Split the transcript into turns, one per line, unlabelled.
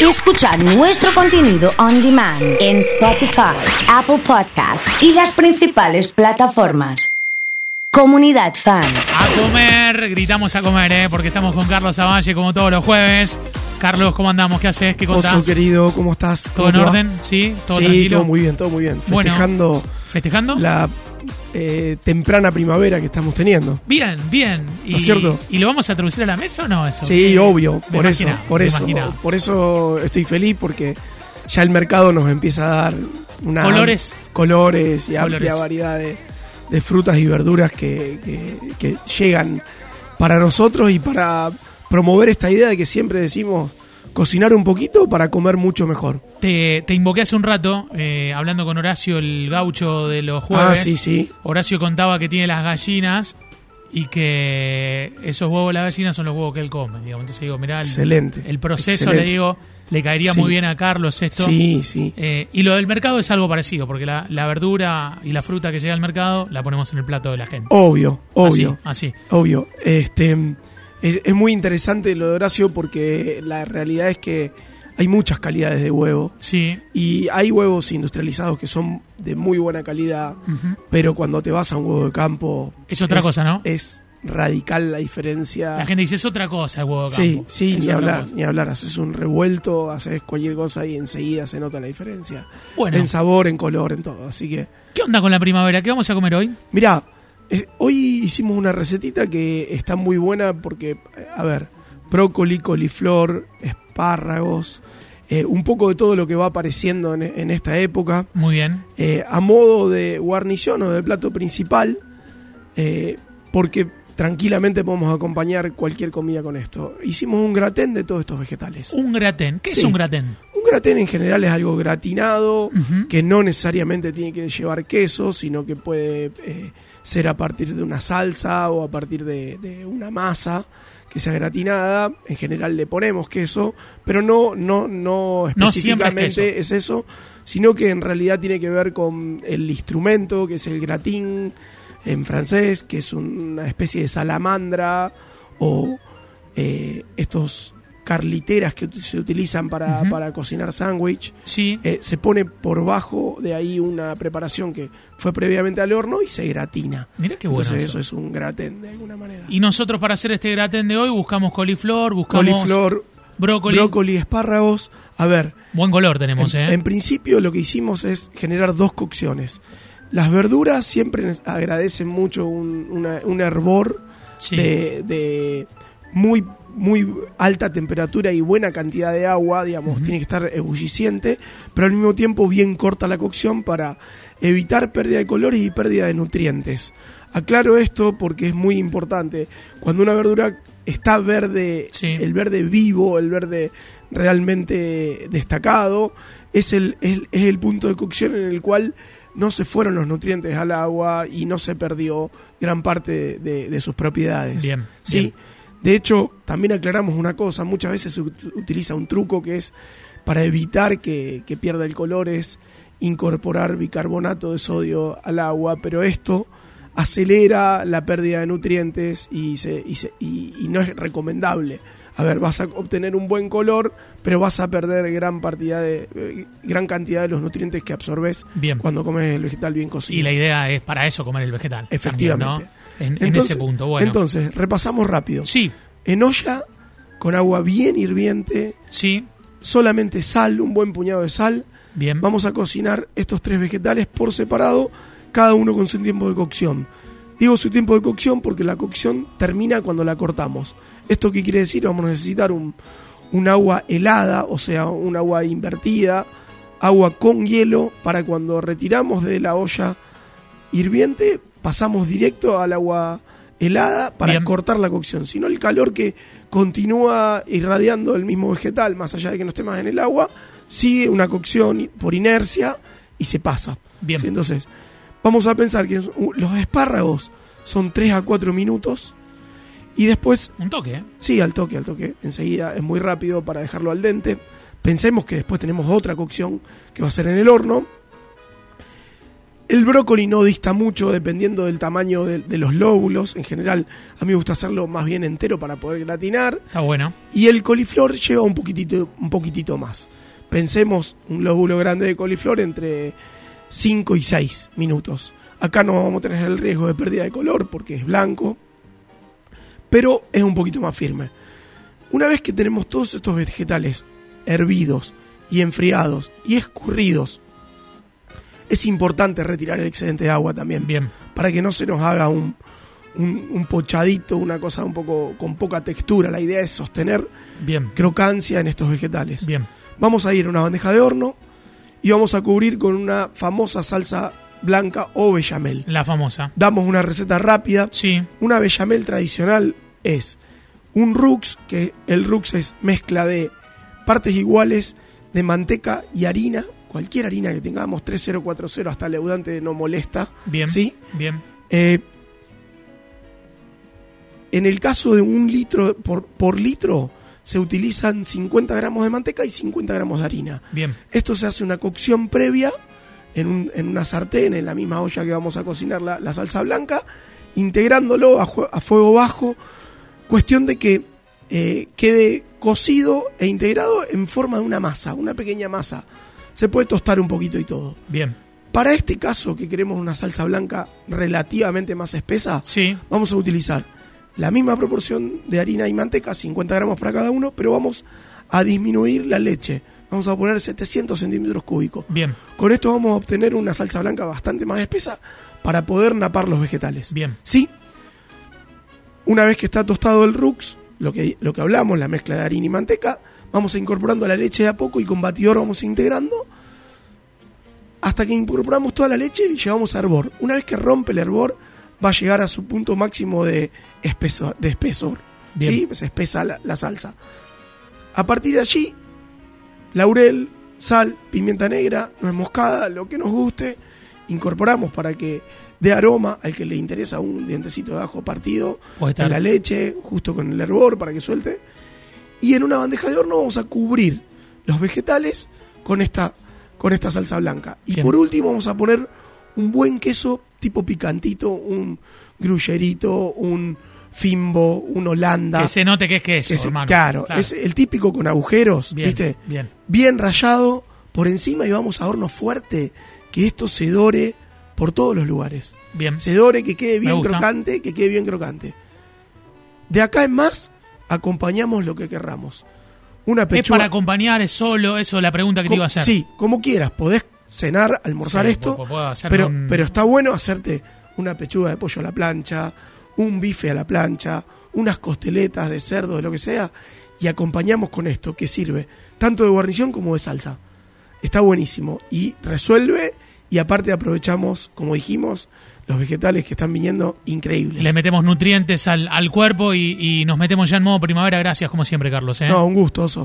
y escuchar nuestro contenido on demand en Spotify, Apple Podcast y las principales plataformas. Comunidad Fan.
A comer, gritamos a comer, ¿eh? porque estamos con Carlos Avalle como todos los jueves. Carlos, ¿cómo andamos? ¿Qué haces? ¿Qué contás?
Oso, querido, ¿cómo estás?
¿Todo
¿Cómo
en
te va?
orden? ¿Sí? ¿Todo
sí,
tranquilo?
todo muy bien, todo muy bien.
Bueno.
Festejando
¿Festejando?
la eh, temprana primavera que estamos teniendo.
Bien, bien. ¿Y,
¿No es cierto?
¿Y lo vamos a traducir a la mesa o no eso?
Sí,
Eh,
obvio,
me
por eso,
imaginaba,
por
me
eso,
imaginaba.
por eso estoy feliz porque ya el mercado nos empieza a dar una
Colores.
colores y amplia
Colores.
variedad de, de frutas y verduras que, que- que llegan para nosotros y para promover esta idea de que siempre decimos cocinar un poquito para comer mucho mejor.
Te, te invoqué hace un rato, eh, hablando con Horacio, el gaucho de los
Ah,
jueves.
sí, sí.
Horacio contaba que tiene las gallinas y que esos huevos de las gallinas son los huevos que él come. Digamos. Entonces digo, mirá, el,
Excelente.
el proceso,
excelente.
le digo, le caería
Sí.
muy bien a Carlos esto.
Sí, sí.
Eh, y lo del mercado es algo parecido, porque la, la verdura y la fruta que llega al mercado la ponemos en el plato de la gente.
Obvio,
Ah,
obvio.
Así, así.
Obvio. Este, es, es muy interesante lo de Horacio porque la realidad es que hay muchas calidades de huevo.
Sí,
Y hay huevos industrializados que son de muy buena calidad,
Ujú.
pero cuando te vas a un huevo de campo.
Es otra cosa, ¿no?
Es radical la diferencia.
la gente dice es otra cosa el huevo de
sí,
campo.
sí,
Es
ni
otra
hablar,
cosa.
ni hablar. Haces un revuelto, haces cualquier cosa y enseguida se nota la diferencia.
Bueno.
En sabor, en color, en todo. Así que.
¿Qué onda con la primavera? ¿Qué vamos a comer hoy?
Mirá, eh, hoy hicimos una recetita que está muy buena porque, eh, a ver, brócoli, coliflor, espárragos, eh, un poco de todo lo que va apareciendo en, en esta época,
Muy bien.
eh, a modo de guarnición o de plato principal, eh, porque tranquilamente podemos acompañar cualquier comida con esto. Hicimos un gratén de todos estos vegetales.
Un gratén. ¿Qué es
Sí.
un gratén?
Un gratén en general es algo gratinado, que no necesariamente tiene que llevar queso, sino que puede eh, ser a partir de una salsa o a partir de, de una masa que sea gratinada. En general le ponemos queso, pero no, no, no
No siempre es
específicamente es, eso, sino que en realidad tiene que ver con el instrumento, que es el gratín en francés, que es una especie de salamandra o eh, estos carliteras que se utilizan para, para cocinar sándwich.
Sí.
Eh, se pone por bajo de ahí una preparación que fue previamente al horno y se gratina.
Mirá qué bueno
Entonces
eso.
eso es un gratén de alguna manera.
Y nosotros para hacer este gratén de hoy buscamos coliflor, buscamos
Coliflor,
brócoli.
brócoli, espárragos. A ver,
Buen color tenemos,
en,
¿eh?
en principio lo que hicimos es generar dos cocciones. Las verduras siempre nes- agradecen mucho un, una- un hervor
Sí.
de, de muy, muy alta temperatura y buena cantidad de agua, digamos, tiene que estar ebulliciente, pero al mismo tiempo bien corta la cocción para evitar pérdida de colores y pérdida de nutrientes. Aclaro esto porque es muy importante. Cuando una verdura está verde,
Sí.
el verde vivo, el verde realmente destacado, es el, es, es el punto de cocción en el cual no se fueron los nutrientes al agua y no se perdió gran parte de, de- de sus propiedades.
Bien,
¿Sí?
bien.
De hecho, también aclaramos una cosa, muchas veces se ut- utiliza un truco que es para evitar que, que pierda el color es incorporar bicarbonato de sodio al agua, pero esto acelera la pérdida de nutrientes y, se- y se- y- y no es recomendable. A ver, vas a obtener un buen color, pero vas a perder gran, partida de, eh, gran cantidad de los nutrientes que absorbes
Bien.
cuando comes el vegetal bien cocido.
Y la idea es para eso comer el vegetal. también,
Efectivamente.
¿no? En- en, ese punto, bueno.
Entonces, repasamos rápido.
sí,
En olla, con agua bien hirviente,
sí,
solamente sal, un buen puñado de sal.
bien.
Vamos a cocinar estos tres vegetales por separado, cada uno con su tiempo de cocción. Digo su tiempo de cocción porque la cocción termina cuando la cortamos. ¿Esto qué quiere decir? Vamos a necesitar un, un agua helada, o sea, un agua invertida, agua con hielo, para cuando retiramos de la olla hirviente, pasamos directo al agua helada para
Bien.
cortar la cocción. Si no, el calor que continúa irradiando el mismo vegetal, más allá de que no esté más en el agua, sigue una cocción por inercia y se pasa.
Bien.
Sí, Entonces, vamos a pensar que los espárragos son 3 a 4 minutos y después
Un toque, ¿eh?
Sí, al toque, al toque. Enseguida es muy rápido para dejarlo al dente. Pensemos que después tenemos otra cocción que va a ser en el horno. El brócoli no dista mucho dependiendo del tamaño de, de los lóbulos. En general, a mí me gusta hacerlo más bien entero para poder gratinar.
Está bueno.
Y el coliflor lleva un poquitito, un poquitito más. Pensemos un lóbulo grande de coliflor entre 5 y 6 minutos. Acá no vamos a tener el riesgo de pérdida de color porque es blanco, pero es un poquito más firme. Una vez que tenemos todos estos vegetales hervidos y enfriados y escurridos, es importante retirar el excedente de agua también.
Bien.
Para que no se nos haga un, un- un pochadito, una cosa un poco con poca textura. La idea es sostener
Bien.
crocancia en estos vegetales.
Bien.
Vamos a ir a una bandeja de horno y vamos a cubrir con una famosa salsa blanca o bechamel.
La famosa.
Damos una receta rápida.
Sí.
Una bechamel tradicional es un rux, que el rux es mezcla de partes iguales de manteca y harina, cualquier harina que tengamos, 3040 hasta leudante no molesta.
Bien.
¿sí?
Bien.
Eh, en el caso de un litro por, por litro, se utilizan 50 gramos de manteca y 50 gramos de harina.
Bien.
Esto se hace una cocción previa en, un- en una sartén, en la misma olla que vamos a cocinar la, la salsa blanca, integrándolo a, jue- a fuego bajo, cuestión de que eh, quede cocido e integrado en forma de una masa, una pequeña masa. Se puede tostar un poquito y todo.
Bien.
Para este caso que queremos una salsa blanca relativamente más espesa,
Sí.
vamos a utilizar la misma proporción de harina y manteca, 50 gramos para cada uno, pero vamos a disminuir la leche. Vamos a poner 700 centímetros cúbicos.
Bien.
Con esto vamos a obtener una salsa blanca bastante más espesa para poder napar los vegetales.
Bien.
¿Sí? Una vez que está tostado el rux, lo que, lo que hablamos, la mezcla de harina y manteca, vamos incorporando la leche de a poco y con batidor vamos integrando hasta que incorporamos toda la leche y llegamos a hervor. Una vez que rompe el hervor, va a llegar a su punto máximo de, espeso- de espesor.
Bien.
¿Sí? Se espesa la, la salsa. A partir de allí, laurel, sal, pimienta negra, nuez moscada, lo que nos guste, incorporamos para que dé aroma al que le interesa un dientecito de ajo partido,
Puede estar.
en la leche, justo con el hervor para que suelte. Y en una bandeja de horno vamos a cubrir los vegetales con esta, con esta salsa blanca. Y
Bien.
por último vamos a poner un buen queso tipo picantito, un grullerito, un fimbo, un holanda.
Que se note que es queso,
Ese-
hermano.
Claro, es el típico con agujeros,
Bien,
¿viste?
bien.
Bien rayado por encima y vamos a horno fuerte, que esto se dore por todos los lugares.
Bien.
Se dore, que quede bien
gusta.
crocante, que quede bien crocante. De acá en más, acompañamos lo que querramos. Una
¿Es
pechuga.
para acompañar? ¿Es solo? Eso es la pregunta que te
co-
iba a hacer.
Sí, como quieras, podés cenar, almorzar
Sí,
esto,
po- po- puedo hacerme
pero,
un-
pero está bueno hacerte una pechuga de pollo a la plancha, un bife a la plancha, unas costeletas de cerdo, de lo que sea, y acompañamos con esto, que sirve tanto de guarnición como de salsa. Está buenísimo y resuelve y aparte aprovechamos, como dijimos, los vegetales que están viniendo increíbles.
Le metemos nutrientes al, al cuerpo y, y nos metemos ya en modo primavera. Gracias, como siempre, Carlos. ¿eh?
No, un gustoso.